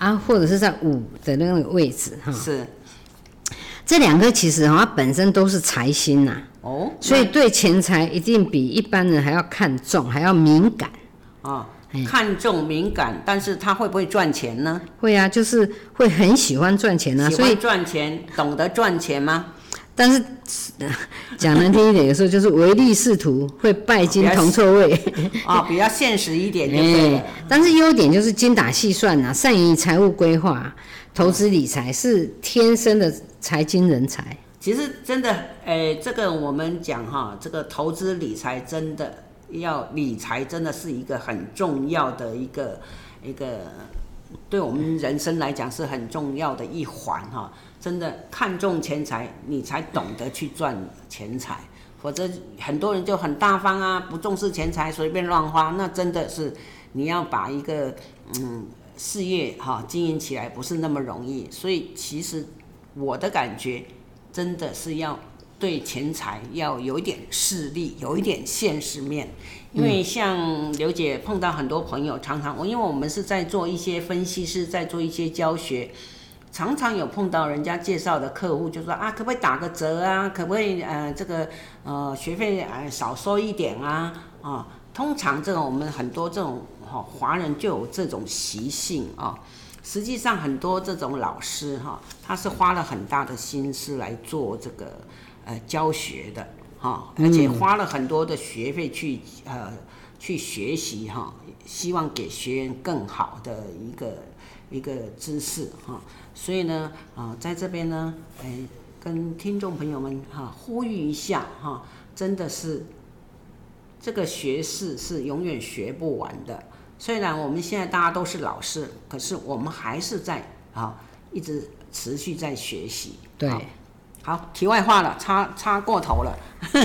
S2: 啊，或者是在午的那个位置哈，
S1: 是
S2: 这两个其实哈、它本身都是财星呐、
S1: 哦，
S2: 所以对钱财一定比一般人还要看重，还要敏感。
S1: 啊、
S2: 哎
S1: 看重敏感，但是他会不会赚钱呢？
S2: 会啊，就是会很喜欢赚钱啊，
S1: 喜
S2: 所以
S1: 欢赚钱，懂得赚钱吗？
S2: 但是呃讲难听一点，有时候就是唯利是图，会拜金
S1: 哦
S2: 同 臭味。哎
S1: 啊、比较现实一点就对了。
S2: 但是优点就是精打细算啊，善于财务规划、啊投资理财，是天生的财经人 才。
S1: 其实真的，诶、这个我们讲哈，这个投资理财真的要理财，真的是一个很重要的一个一个，对我们人生来讲是很重要的一环哈。真的看重钱财，你才懂得去赚钱财，否则很多人就很大方啊，不重视钱财，随便乱花，那真的是你要把一个嗯事业哈经营起来不是那么容易。所以其实我的感觉。真的是要对钱财要有一点势力，有一点现实面。因为像刘姐碰到很多朋友，常常我因为我们是在做一些分析师，在做一些教学，常常有碰到人家介绍的客户就说啊，可不可以打个折啊？可不可以呃这个呃学费呃少收一点啊？啊、通常这种我们很多这种哈、哦华人就有这种习性啊、实际上，很多这种老师哈、他是花了很大的心思来做这个呃教学的哈、而且花了很多的学费去呃去学习哈、希望给学员更好的一个一个知识哈、所以呢，啊、在这边呢，哎，跟听众朋友们哈、呼吁一下哈、真的是这个学士是永远学不完的。虽然我们现在大家都是老师，可是我们还是在啊一直持续在学习。
S2: 对，
S1: 好好，题外话了，插插过头了，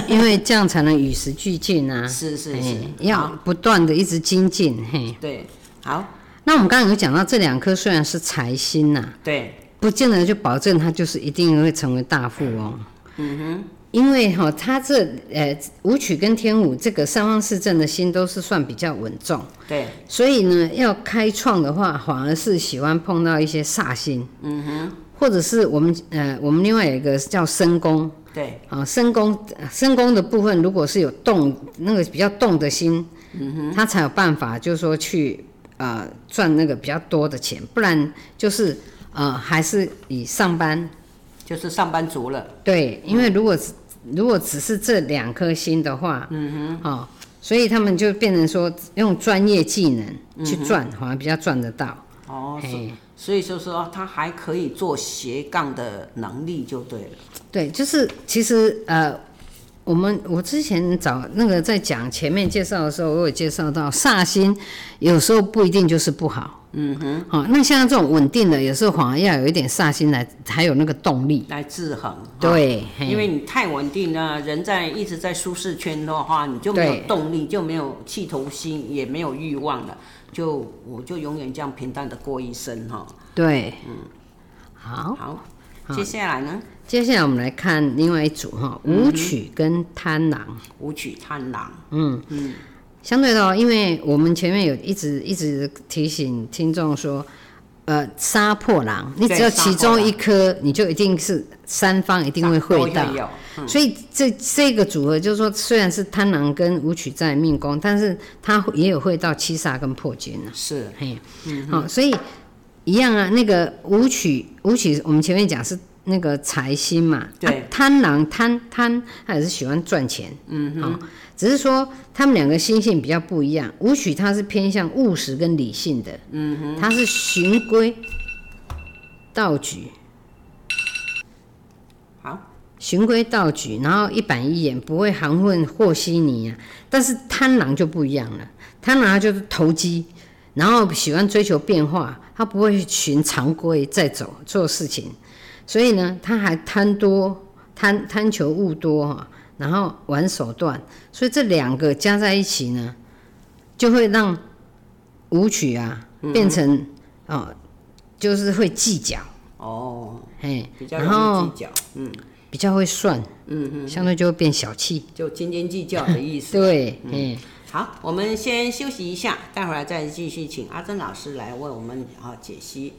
S2: 因为这样才能与时俱进啊。
S1: 是是
S2: 哎
S1: 是，
S2: 要
S1: 好
S2: 不断的一直精进。嘿，
S1: 对，好
S2: 那我们刚刚有讲到这两颗虽然是财星啊呐、
S1: 对，
S2: 不见得就保证他就是一定会成为大富翁。嗯哼，因为哈、他这呃武曲跟天武这个三方四正的心都是算比较稳重，
S1: 对
S2: 所以呢，要开创的话，反而是喜欢碰到一些煞星。嗯哼，或者是我们呃，我们另外有一个叫申宫
S1: 对
S2: 啊，申宫呃申宫的部分，如果是有动那个比较动的心，嗯哼，他才有办法，就是说去呃赚那个比较多的钱，不然就是呃还是以上班
S1: 就是上班族了，
S2: 对，因为如果、如果只是这两颗星的话，嗯哼，哦，所以他们就变成说用专业技能去赚，好像比较赚得到。
S1: 哦，
S2: 嘿
S1: 所所以就说他还可以做斜杠的能力就对了，
S2: 对，就是其实呃，我们我之前找那个在讲前面介绍的时候，我有介绍到煞星有时候不一定就是不好。嗯哼，好、那像这种稳定的，有时候反而要有一点煞星来，才有那个动力。
S1: 来制衡。哈，
S2: 对，嘿
S1: 因为你太稳定了，人在一直在舒适圈的话，你就没
S2: 对
S1: 有动力，就没有企图心，也没有欲望了。就我就永远这样平淡的过一生哈。
S2: 对，嗯，好。
S1: 好，
S2: 嗯
S1: 接下来呢，
S2: 接下来我们来看另外一组哈，舞曲跟贪狼。
S1: 武曲贪狼，
S2: 嗯相对的、哦，因为我们前面有一直一直提醒听众说，呃，杀破狼，你只要其中一颗，你就一定是三方一定会
S1: 都
S2: 会
S1: 会
S2: 到。
S1: 有嗯
S2: 所以这这个组合就是说，虽然是贪狼跟舞曲在命宫，但是它也有会到七杀跟破军啊。
S1: 是
S2: 嘿，好、所以一样啊，那个舞曲，舞曲我们前面讲是那个财星嘛，
S1: 对
S2: 啊贪狼贪贪，他也是喜欢赚钱，嗯，好、只是说他们两个心性比较不一样，舞曲他是偏向务实跟理性的，嗯哼，他是循规蹈矩，
S1: 好，
S2: 循规蹈矩，然后一板一眼，不会含混和稀泥啊。但是贪狼就不一样了，贪狼他就是投机，然后喜欢追求变化，他不会循常规再走做事情，所以呢，他还贪多，贪贪求物多哈，然后玩手段，所以这两个加在一起呢，就会让舞曲啊
S1: 嗯
S2: 变成、哦，就是会计较，
S1: 哦，
S2: 嘿，
S1: 比较
S2: 然后
S1: 容易计较，嗯，
S2: 比较会算，嗯嗯，相对就会变小气。
S1: 就斤斤计较的意思。
S2: 对，嗯，
S1: 好，我们先休息一下，待会儿再继续请阿珍老师来为我们啊解析。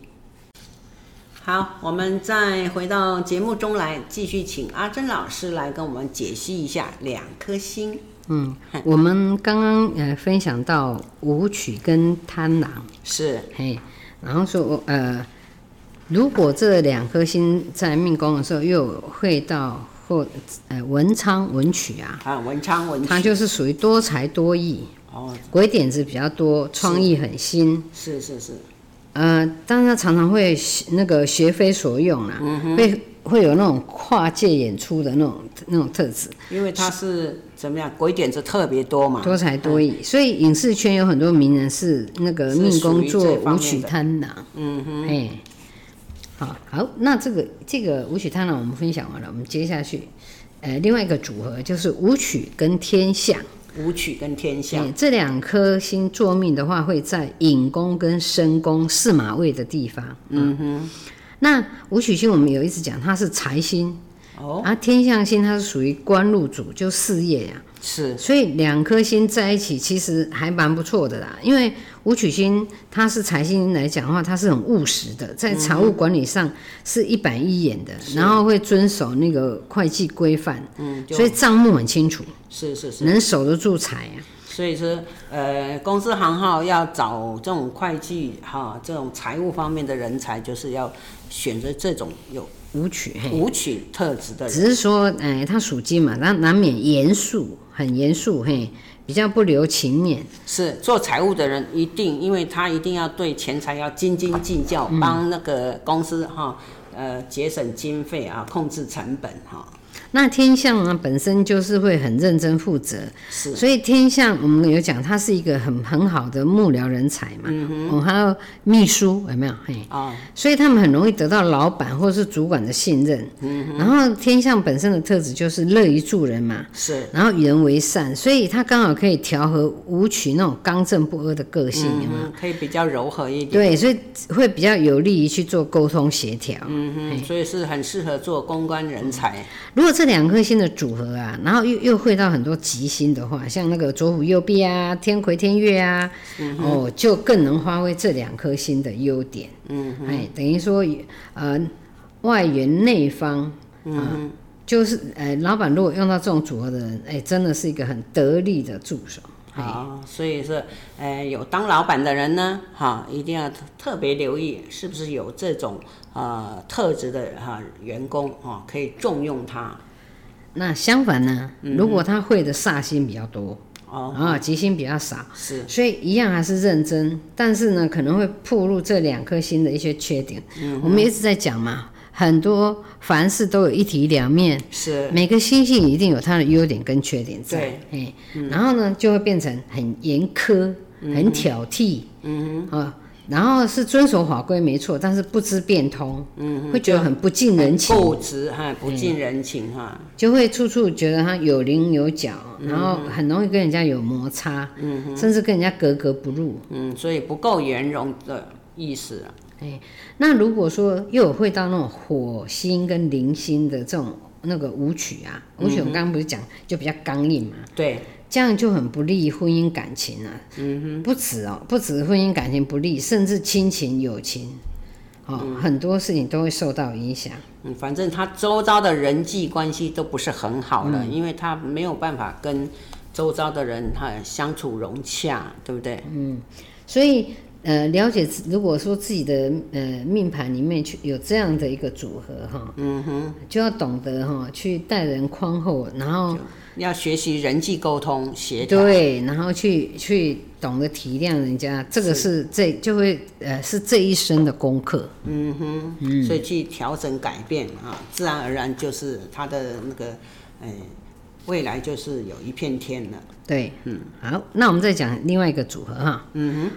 S1: 好，我们再回到节目中来，继续请阿珍老师来跟我们解析一下两颗心。
S2: 嗯，我们刚刚呃分享到舞曲跟贪狼，
S1: 是，
S2: 嘿，然后说呃，如果这两颗星在命宫的时候又会到或呃文昌文曲啊，
S1: 啊，文昌文
S2: 它
S1: 曲，
S2: 就是属于多才多艺，
S1: 哦，
S2: 鬼点子比较多，创意很新，
S1: 是是是，
S2: 呃，但是他常常会学那个学非所用啦，
S1: 嗯
S2: 会会有那种跨界演出的那种那种特质，
S1: 因为他是怎么样，鬼点子特别多嘛，
S2: 多才多艺。所以影视圈有很多名人是那个命
S1: 是属
S2: 宫做
S1: 于这方面的
S2: 舞曲贪狼，嗯哼，哎，好好，那这个这个舞曲贪狼我们分享完了，我们接下去，呃，另外一个组合就是舞曲跟天象。
S1: 舞曲跟天象
S2: 哎，这两颗星坐命的话，会在引宫跟申宫四马位的地方。嗯哼，那武曲星我们有一直讲，它是财星，
S1: 哦，
S2: 啊，天象星它是属于官禄主，就事业呀、
S1: 是
S2: 所以两颗星在一起其实还蛮不错的啦。因为武曲星它是财星来讲的话，它是很务实的，在
S1: 嗯
S2: 财务管理上是一板一眼的，然后会遵守那个会计规范，
S1: 嗯，就
S2: 所以账目很清楚，
S1: 是是是，
S2: 能守得住财啊。
S1: 所以说，呃，公司行号要找这种会计哈、这种财务方面的人才，就是要选择这种有
S2: 武曲嘿。
S1: 舞曲特质的人。
S2: 只是说，哎，他属鸡嘛，他难免严肃，很严肃，嘿，比较不留情面。
S1: 是做财务的人一定，因为他一定要对钱财要斤斤计较，
S2: 嗯
S1: 帮那个公司哈、呃，节省经费啊，控制成本哈、
S2: 那天象啊，本身就是会很认真负责，
S1: 是
S2: 所以天象我们有讲，他是一个很很好的幕僚人才嘛，嗯哦，还有秘书有没有？嘿，
S1: 啊，
S2: 所以他们很容易得到老板或是主管的信任。嗯，然后天象本身的特质就是乐于助人嘛，
S1: 是
S2: 然后与人为善，所以他刚好可以调和舞曲那种刚正不阿的个性，有没有？
S1: 嗯，可以比较柔和一点。
S2: 对，所以会比较有利于去做沟通协调。
S1: 嗯哼，所以是很适合做公关人才。
S2: 如果这两颗星的组合啊，然后又又会到很多吉星的话，像那个左辅右弼啊、天魁天月啊，哦，就更能发挥这两颗星的优点。嗯，哎，等于说呃，外圆内方。嗯，就是呃，老板如果用到这种组合的人，哎，真的是一个很得力的助手。
S1: 好，啊
S2: 哎
S1: 所以是，呃，有当老板的人呢，哈，一定要特特别留意是不是有这种呃特质的哈、员工哦，可以重用他
S2: 那相反呢，如果他会的煞星比较多，
S1: 哦，
S2: 啊，吉星比较少。
S1: 是
S2: 所以一样还是认真，但是呢，可能会暴露这两颗星的一些缺点。我们一直在讲嘛，很多凡事都有一体两面，
S1: 是
S2: 每个星星一定有它的优点跟缺点在
S1: 对。
S2: 哎，然后呢，就会变成很严苛、很挑剔，嗯啊，然后是遵守法规没错，但是不知变通，嗯，会觉得很不近人情，
S1: 固执哈，不近人情哈，
S2: 就会处处觉得他有棱有角，然后很容易跟人家有摩擦，嗯，甚至跟人家格格不入。
S1: 嗯，所以不够圆融的意思啊
S2: 那如果说又有会到那种火星跟零星的这种那个舞曲啊，舞曲我刚刚不是讲就比较刚硬嘛，
S1: 对，
S2: 这样就很不利婚姻感情啊。嗯哼，不止哦，不止婚姻感情不利，甚至亲情友情，哦，很多事情都会受到影响。
S1: 嗯，反正他周遭的人际关系都不是很好
S2: 嗯
S1: 了，因为他没有办法跟周遭的人哈相处融洽，对不对？
S2: 嗯所以呃，了解自如果说自己的呃命盘里面去有这样的一个组合哈，嗯哼，就要懂得哈去待人宽厚，然后
S1: 要学习人际沟通协调。
S2: 对，然后去去懂得体谅人家，这个是这就会呃是这一生的功课。
S1: 嗯
S2: 嗯
S1: 所以去调整改变啊，自然而然就是他的那个，呃，未来就是有一片天了。
S2: 对，嗯，好，那我们再讲另外一个组合哈，嗯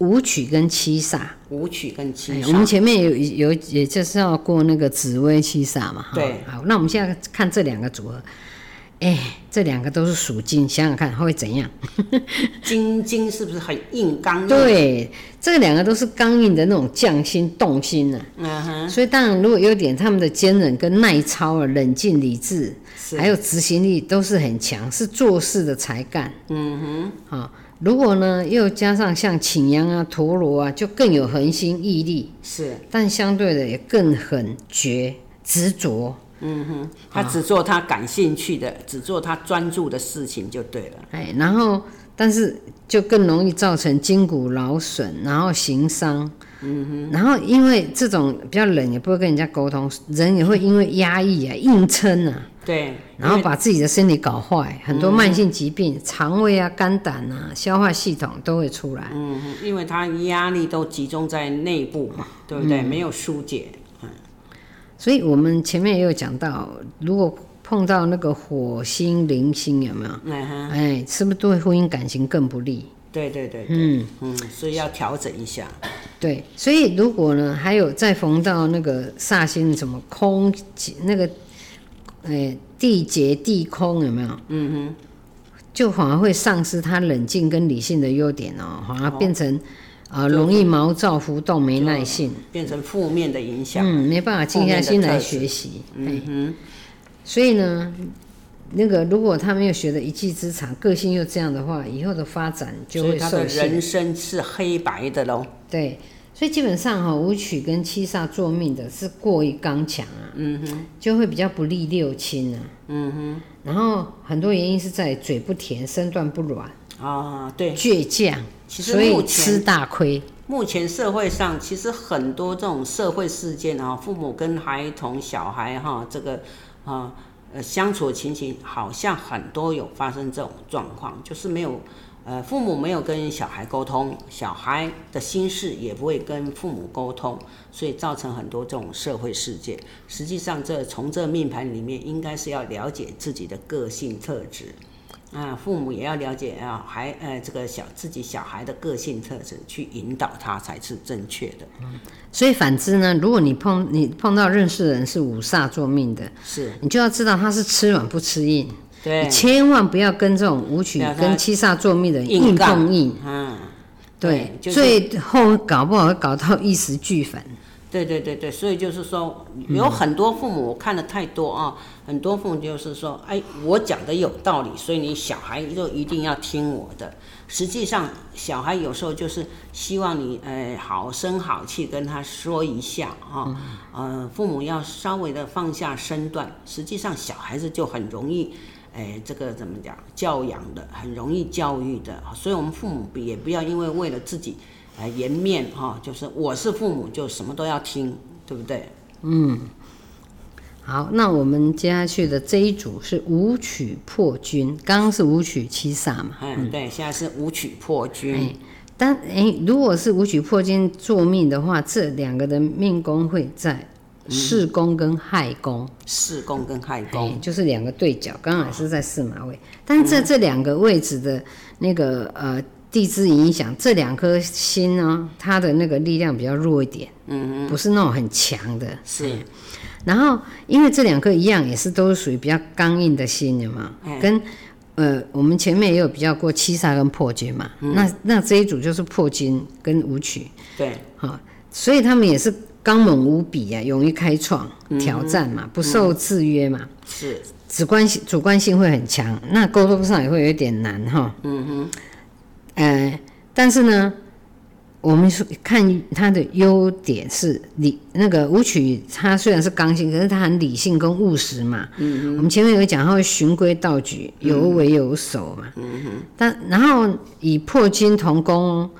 S2: 哼，舞曲跟七煞。
S1: 舞曲跟七
S2: 哎我们
S1: 煞，
S2: 前面有有也就是要过那个紫薇七煞嘛，哈
S1: 对
S2: 好，那我们现在看这两个组合，哎，这两个都是属金，想想看它会怎样？
S1: 金金是不是很硬
S2: 嗯
S1: 刚？，
S2: 对，这两个都是刚硬的那种匠心动心啊呐、
S1: 嗯哼，
S2: 所以当然，如果有点他们的坚韧跟耐操啊、冷静理智，
S1: 是
S2: 还有执行力都是很强，是做事的才干。嗯哼，好、如果呢又加上像擎羊啊、陀螺啊，就更有恒心毅力，
S1: 是，
S2: 但相对的也更很决执着。
S1: 他只做他感兴趣的，只做他专注的事情就对了。
S2: 哎，然后但是就更容易造成筋骨劳损，然后行伤。嗯哼，然后因为这种比较冷，也不会跟人家沟通，人也会因为压抑啊、硬撑啊，
S1: 对，
S2: 然后
S1: 因为
S2: 把自己的身体搞坏，
S1: 嗯
S2: 很多慢性疾病，肠胃啊、肝胆啊、消化系统都会出来。
S1: 嗯，因为他压力都集中在内部嘛，对不对？
S2: 嗯
S1: 没有疏解，
S2: 所以我们前面也有讲到，如果碰到那个火星、零星，有没有？
S1: 嗯哼，
S2: 哎，是不是对婚姻感情更不利？
S1: 对对对，
S2: 嗯，
S1: 嗯，所以要调整一下，
S2: 对。所以如果呢，还有再逢到那个煞星什么空那个，哎，地劫地空有没有？嗯哼，就反而会丧失他冷静跟理性的优点哦，反而变成啊、呃
S1: 就
S2: 容易毛躁、浮动、没耐性。
S1: 变成负面的影响。
S2: 嗯，没办法静下心来学习。嗯哼，所以呢，那个如果他没有学的一技之长，个性又这样的话，以后的发展就
S1: 所
S2: 会
S1: 以他的
S2: 受限。
S1: 人生是黑白的喽。
S2: 对，所以基本上哈、武曲跟七煞做命的是过于刚强啊，嗯哼，就会比较不利六亲啊，嗯哼。然后很多原因是在嘴不甜、身段不软、
S1: 啊，对，
S2: 倔强，
S1: 其实
S2: 所
S1: 目
S2: 以
S1: 前
S2: 吃大亏。
S1: 目前社会上其实很多这种社会事件啊，父母跟孩童、小孩哈、这个啊呃相处的情形，好像很多有发生这种状况，就是没有呃父母没有跟小孩沟通，小孩的心事也不会跟父母沟通，所以造成很多这种社会事件。实际上这，从这命盘里面，应该是要了解自己的个性特质。啊，父母也要了解啊，孩呃这个小自己小孩的个性特质，去引导他才是正确的。
S2: 所以反之呢，如果你碰你碰到认识的人是五煞做命的，
S1: 是，
S2: 你就要知道他是吃软不吃硬，
S1: 对
S2: 你，千万不要跟这种舞曲
S1: 不要跟他
S2: 跟七煞作命的人
S1: 硬
S2: 硬
S1: 杠
S2: 碰硬，
S1: 嗯，
S2: 对，
S1: 就是
S2: 最后搞不好会搞到一时俱焚。
S1: 对对对对，所以就是说，有很多父母我看的太多啊，很多父母就是说，哎，我讲的有道理，所以你小孩就一定要听我的。实际上，小孩有时候就是希望你呃好声好气跟他说一下啊，呃，父母要稍微的放下身段。实际上，小孩子就很容易。哎，这个怎么讲？教养的很容易教育的，所以我们父母也不要因为为了自己呃颜面哈、就是我是父母就什么都要听，对不对？
S2: 好，那我们接下去的这一组是舞曲破军，刚刚是舞曲七煞嘛，
S1: 嗯，对，现在是武曲破
S2: 哎
S1: 军，
S2: 但诶，如果是舞曲破军做命的话，这两个的命宫会在巳宫跟亥宫。
S1: 四宫跟亥
S2: 哎
S1: 宫，，
S2: 就是两个对角，刚好是在四马位，但是这这两个位置的那个呃地支影响，这两颗星呢，它的那个力量比较弱一点，嗯不是那种很强的。
S1: 是
S2: 然后因为这两颗一样，也是都是属于比较刚硬的星的嘛，
S1: 哎
S2: 跟呃我们前面也有比较过七煞跟破军嘛，那那这一组就是破军跟舞曲，
S1: 对，
S2: 好、所以他们也是刚猛无比啊，勇于开创挑战嘛，不受制约嘛。
S1: 是
S2: 主观性主观性会很强，那沟通上也会有一点难哈。嗯哼，呃，但是呢，我们说看他的优点是理那个舞曲，他虽然是刚性，可是他很理性跟务实嘛。嗯我们前面有讲，他会循规蹈矩，有为有守嘛。嗯哼，但然后以破军同工哦，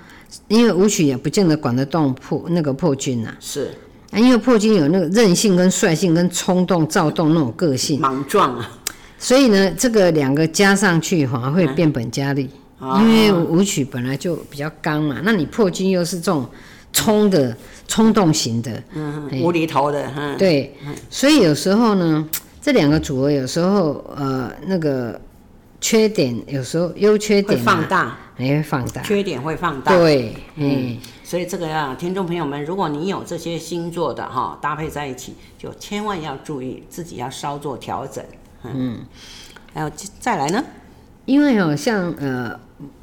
S2: 因为舞曲也不见得管得动破那个破军呐、
S1: 是
S2: 啊，因为破军有那个任性跟率性跟冲动躁动那种个性。
S1: 莽撞啊，
S2: 所以呢，这个两个加上去反而
S1: 嗯
S2: 会变本加厉，
S1: 哦
S2: 因为舞曲本来就比较刚嘛，那你破军又是这种冲的冲动型的，
S1: 嗯无厘头的，嗯，
S2: 哎对，所以有时候呢，这两个组合有时候呃那个缺点，有时候优缺
S1: 会
S2: 点、啊、
S1: 放，大，
S2: 也会放大，
S1: 缺点会放大，
S2: 对，嗯，
S1: 所以这个啊，听众朋友们，如果你有这些星座的哈、搭配在一起，就千万要注意自己要稍作调整，嗯，还有再来呢，
S2: 因为哦，像呃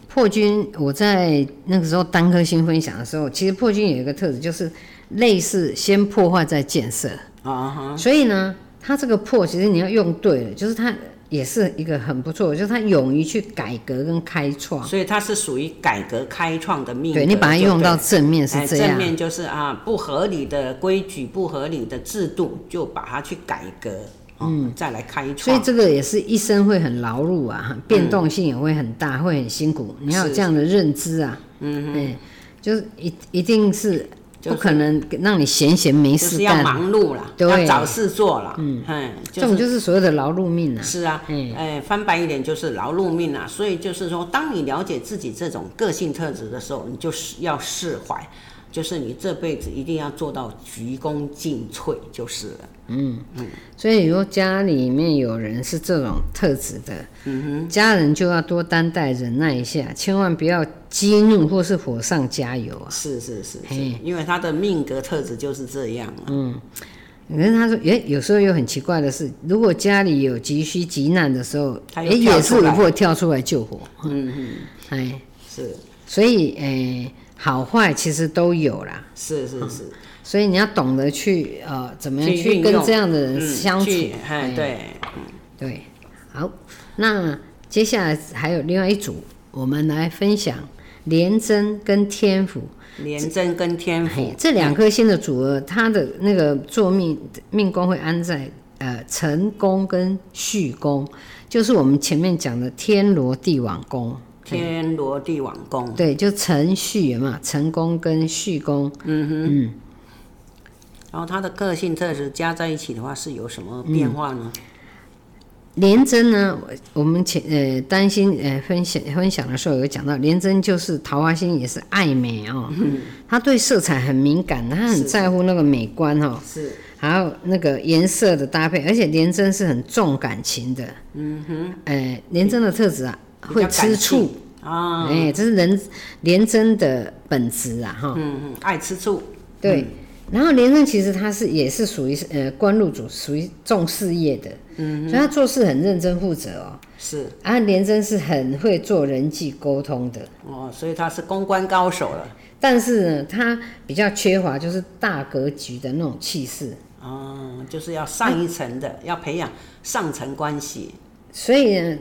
S2: 破军，我在那个时候单颗星分享的时候，其实破军有一个特质就是类似先破坏再建设。
S1: 啊哈，
S2: 所以呢，它这个破其实你要用对了，就是它也是一个很不错，就是他勇于去改革跟开创。
S1: 所以它是属于改革开创的命格。
S2: 对你把它用到
S1: 对
S2: 正面是
S1: 哎
S2: 这样
S1: 正，面就是啊，不合理的规矩、不合理的制度，就把它去改革，哦、嗯，再来开
S2: 所以
S1: 创。
S2: 这个也是一生会很劳碌啊，变动性也会很大，会很辛苦。你要
S1: 嗯
S2: 有
S1: 是
S2: 这样的认知啊，嗯嗯，就是一一定是
S1: 就是
S2: 不可能让你闲闲没
S1: 就
S2: 事
S1: 是要
S2: 干，
S1: 忙碌了，
S2: 对
S1: 要找事做了，嗯，哎，
S2: 这种就是所谓的劳碌命啊。
S1: 是啊，
S2: 嗯
S1: 哎，翻白一点就是劳碌命啊。所以就是说，当你了解自己这种个性特质的时候，你就是要释怀，就是你这辈子一定要做到鞠躬尽瘁就是了。
S2: 所以如果家里面有人是这种特质的，
S1: 嗯
S2: 家人就要多担待、忍耐一下，千万不要激怒或是火上加油啊。
S1: 是是是是
S2: 嘿，嗯
S1: 因为他的命格特质就是这样啊。
S2: 可是他说，诶，有时候又很奇怪的是，如果家里有急需急难的时候，
S1: 他又
S2: 诶，
S1: 跳
S2: 也是
S1: 出来
S2: 会跳出来救火。
S1: 嗯嗯，
S2: 哎，
S1: 是
S2: 所以诶，好坏其实都有啦。
S1: 是是是，
S2: 所以你要懂得去呃，怎么样
S1: 去
S2: 去
S1: 运
S2: 跟
S1: 用
S2: 这样的人
S1: 嗯
S2: 相处
S1: 去。哎，对，
S2: 对，好，那接下来还有另外一组，我们来分享廉贞跟天府，
S1: 廉贞跟天
S2: 嘿
S1: 赋，
S2: 哎这两颗星的组合，它的那个坐命命宫会安在呃辰宫跟戌宫，就是我们前面讲的天罗地网宫。
S1: 天罗地网宫，
S2: 对，就辰戌嘛，辰宫跟戌宫，
S1: 然后他的个性特质加在一起的话，是有什么
S2: 嗯
S1: 变化呢？
S2: 廉贞呢，我我们前呃担心呃分享分享的时候有讲到，廉贞就是桃花心，也是爱美哦。
S1: 嗯
S2: 她对色彩很敏感，她很在乎那个美观哦，
S1: 是
S2: 还有那个颜色的搭配，而且廉贞是很重感情的。嗯哼，呃，廉贞的特质啊，
S1: 比较
S2: 会
S1: 感
S2: 吃醋
S1: 性，啊，
S2: 哎、这是人廉贞的本质啊，哈、
S1: 嗯嗯，爱吃醋，
S2: 对，然后廉政其实他是也是属于呃官禄主，属于重事业的，嗯，所以他做事很认真负责哦。
S1: 是
S2: 啊，廉政是很会做人际沟通的，
S1: 哦，所以他是公关高手了
S2: 但是呢，他比较缺乏就是大格局的那种气势，
S1: 哦，就是要上一层
S2: 哎
S1: 的，要培养上层关系，
S2: 所以呢，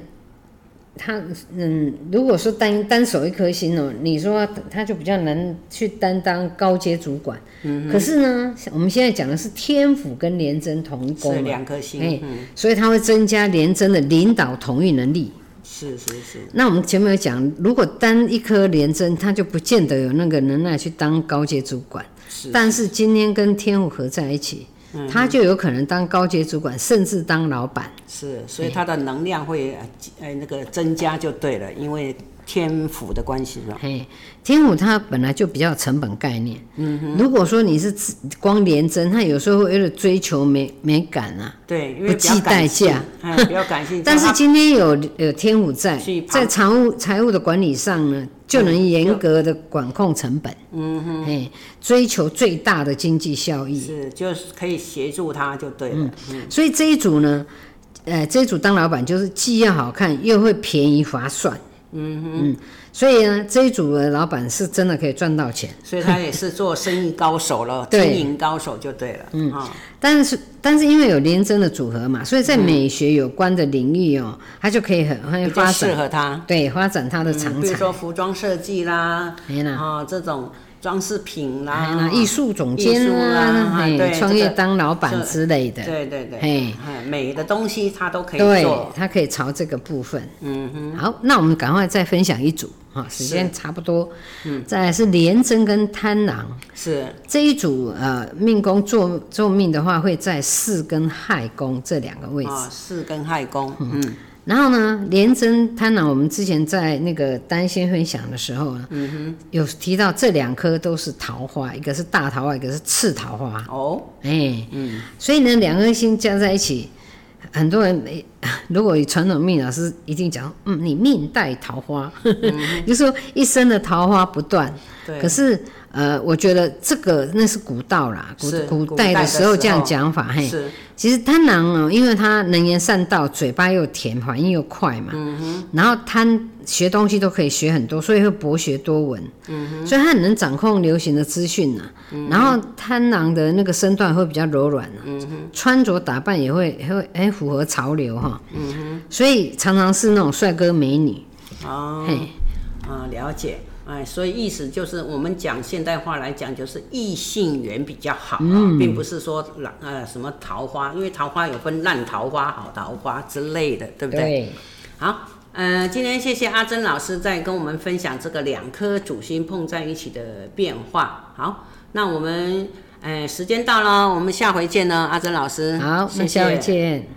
S2: 他嗯，如果说单单手一颗心哦，你说他就比较难去担当高阶主管。嗯，可是呢，我们现在讲的是天府跟廉政同宫
S1: 是
S2: 嘛
S1: 两颗星，
S2: 哎
S1: 嗯，
S2: 所以它会增加廉贞的领导同意能力。
S1: 是是是，
S2: 那我们前面有讲，如果单一颗廉贞，他就不见得有那个能耐去当高阶主管。
S1: 是
S2: 但是今天跟天府合在一起，他就有可能当高阶主管，甚至当老板。
S1: 是，所
S2: 哎
S1: 以他的能量会呃呃那个增加就对了，因为天府的关系是吧？
S2: 嘿，天府它本来就比较有成本概念。嗯如果说你是只光廉贞，他有时候会为了追求美美感啊，
S1: 对，因为
S2: 不
S1: 比较
S2: 计代
S1: 感性
S2: 价，
S1: 哎，比较感 性，
S2: 但
S1: 所
S2: 是
S1: 以
S2: 今天有有天府在
S1: 去，旁
S2: 在财务财务的管理上呢，就能严格的管控成本，嗯哼，哎，追求最大的经济效
S1: 他
S2: 益。
S1: 是就是可以协助他就对
S2: 嗯
S1: 了，嗯
S2: 所以这一组呢，呃，这一组当老板就是既要好看，又会便宜划算，嗯哼，所以呢，这一组的老板是真的可以赚到钱，
S1: 所以他也是做生意高手了，经
S2: 对
S1: 营高手就对了，嗯啊，
S2: 但是但是因为有廉贞的组合嘛，所以在美学有关的领域哦，它就可以很会
S1: 比较
S2: 发
S1: 适
S2: 展，嗯
S1: 合他。
S2: 对，发展它的长
S1: 比如
S2: 才，
S1: 说服装设计啦，
S2: 没啦。
S1: 啊，这种装饰品
S2: 嗯哎
S1: 啦
S2: 那，艺术总监
S1: 啦
S2: 啊，
S1: 啊对
S2: 哎，创
S1: 这
S2: 业
S1: 个
S2: 当老板之类的，
S1: 对对对，
S2: 嘿
S1: 哎，美的东西他都可以
S2: 对
S1: 做，，
S2: 他可以朝这个部分。
S1: 嗯哼，
S2: 好，那我们赶快再分享一组哈，时间差不多。嗯，再来是廉贞跟贪狼
S1: 是
S2: 这一组，呃，命宫做做命的话会在巳跟亥宫这两个位置。
S1: 啊，四跟亥宫，嗯，
S2: 然后呢，廉贞贪狼，我们之前在那个单仙分享的时候呢，嗯、有提到这两颗都是桃花，一个是大桃花，一个是次桃花。
S1: 哦，
S2: 哎、嗯，所以呢，两颗星加在一起，很多人哎如果以传统命老师一定讲，嗯， 你命带桃花，就说一生的桃花不断。
S1: 对
S2: 可是呃，我觉得这个那是古道啦，古
S1: 是
S2: 古
S1: 古
S2: 代
S1: 代
S2: 的
S1: 的
S2: 时候
S1: 时
S2: 这样
S1: 候
S2: 讲法，嘿，
S1: 是
S2: 其实贪狼哦，因为他能言善道，嘴巴又甜，反应又快嘛，
S1: 嗯
S2: 然后贪学东西都可以学很多，所以会博学多闻，
S1: 嗯
S2: 所以他很能掌控流行的资讯呐、然后贪狼的那个身段会比较柔软、啊
S1: 嗯
S2: 穿着打扮也会会哎、符合潮流哈、
S1: 嗯
S2: 所以常常是那种帅哥美女，
S1: 哦
S2: 嘿，
S1: 啊，了解。哎，所以意思就是，我们讲现代话来讲，就是异性缘比较好、啊，
S2: 嗯
S1: 并不是说烂呃什么桃花，因为桃花有分烂桃花、好桃花之类的，对不对？
S2: 对，
S1: 好，呃，今天谢谢阿珍老师在跟我们分享这个两颗主星碰在一起的变化。好，那我们呃时间到了，我们下回见呢，阿珍老师。
S2: 好，
S1: 谢
S2: 那
S1: 谢
S2: 下回见。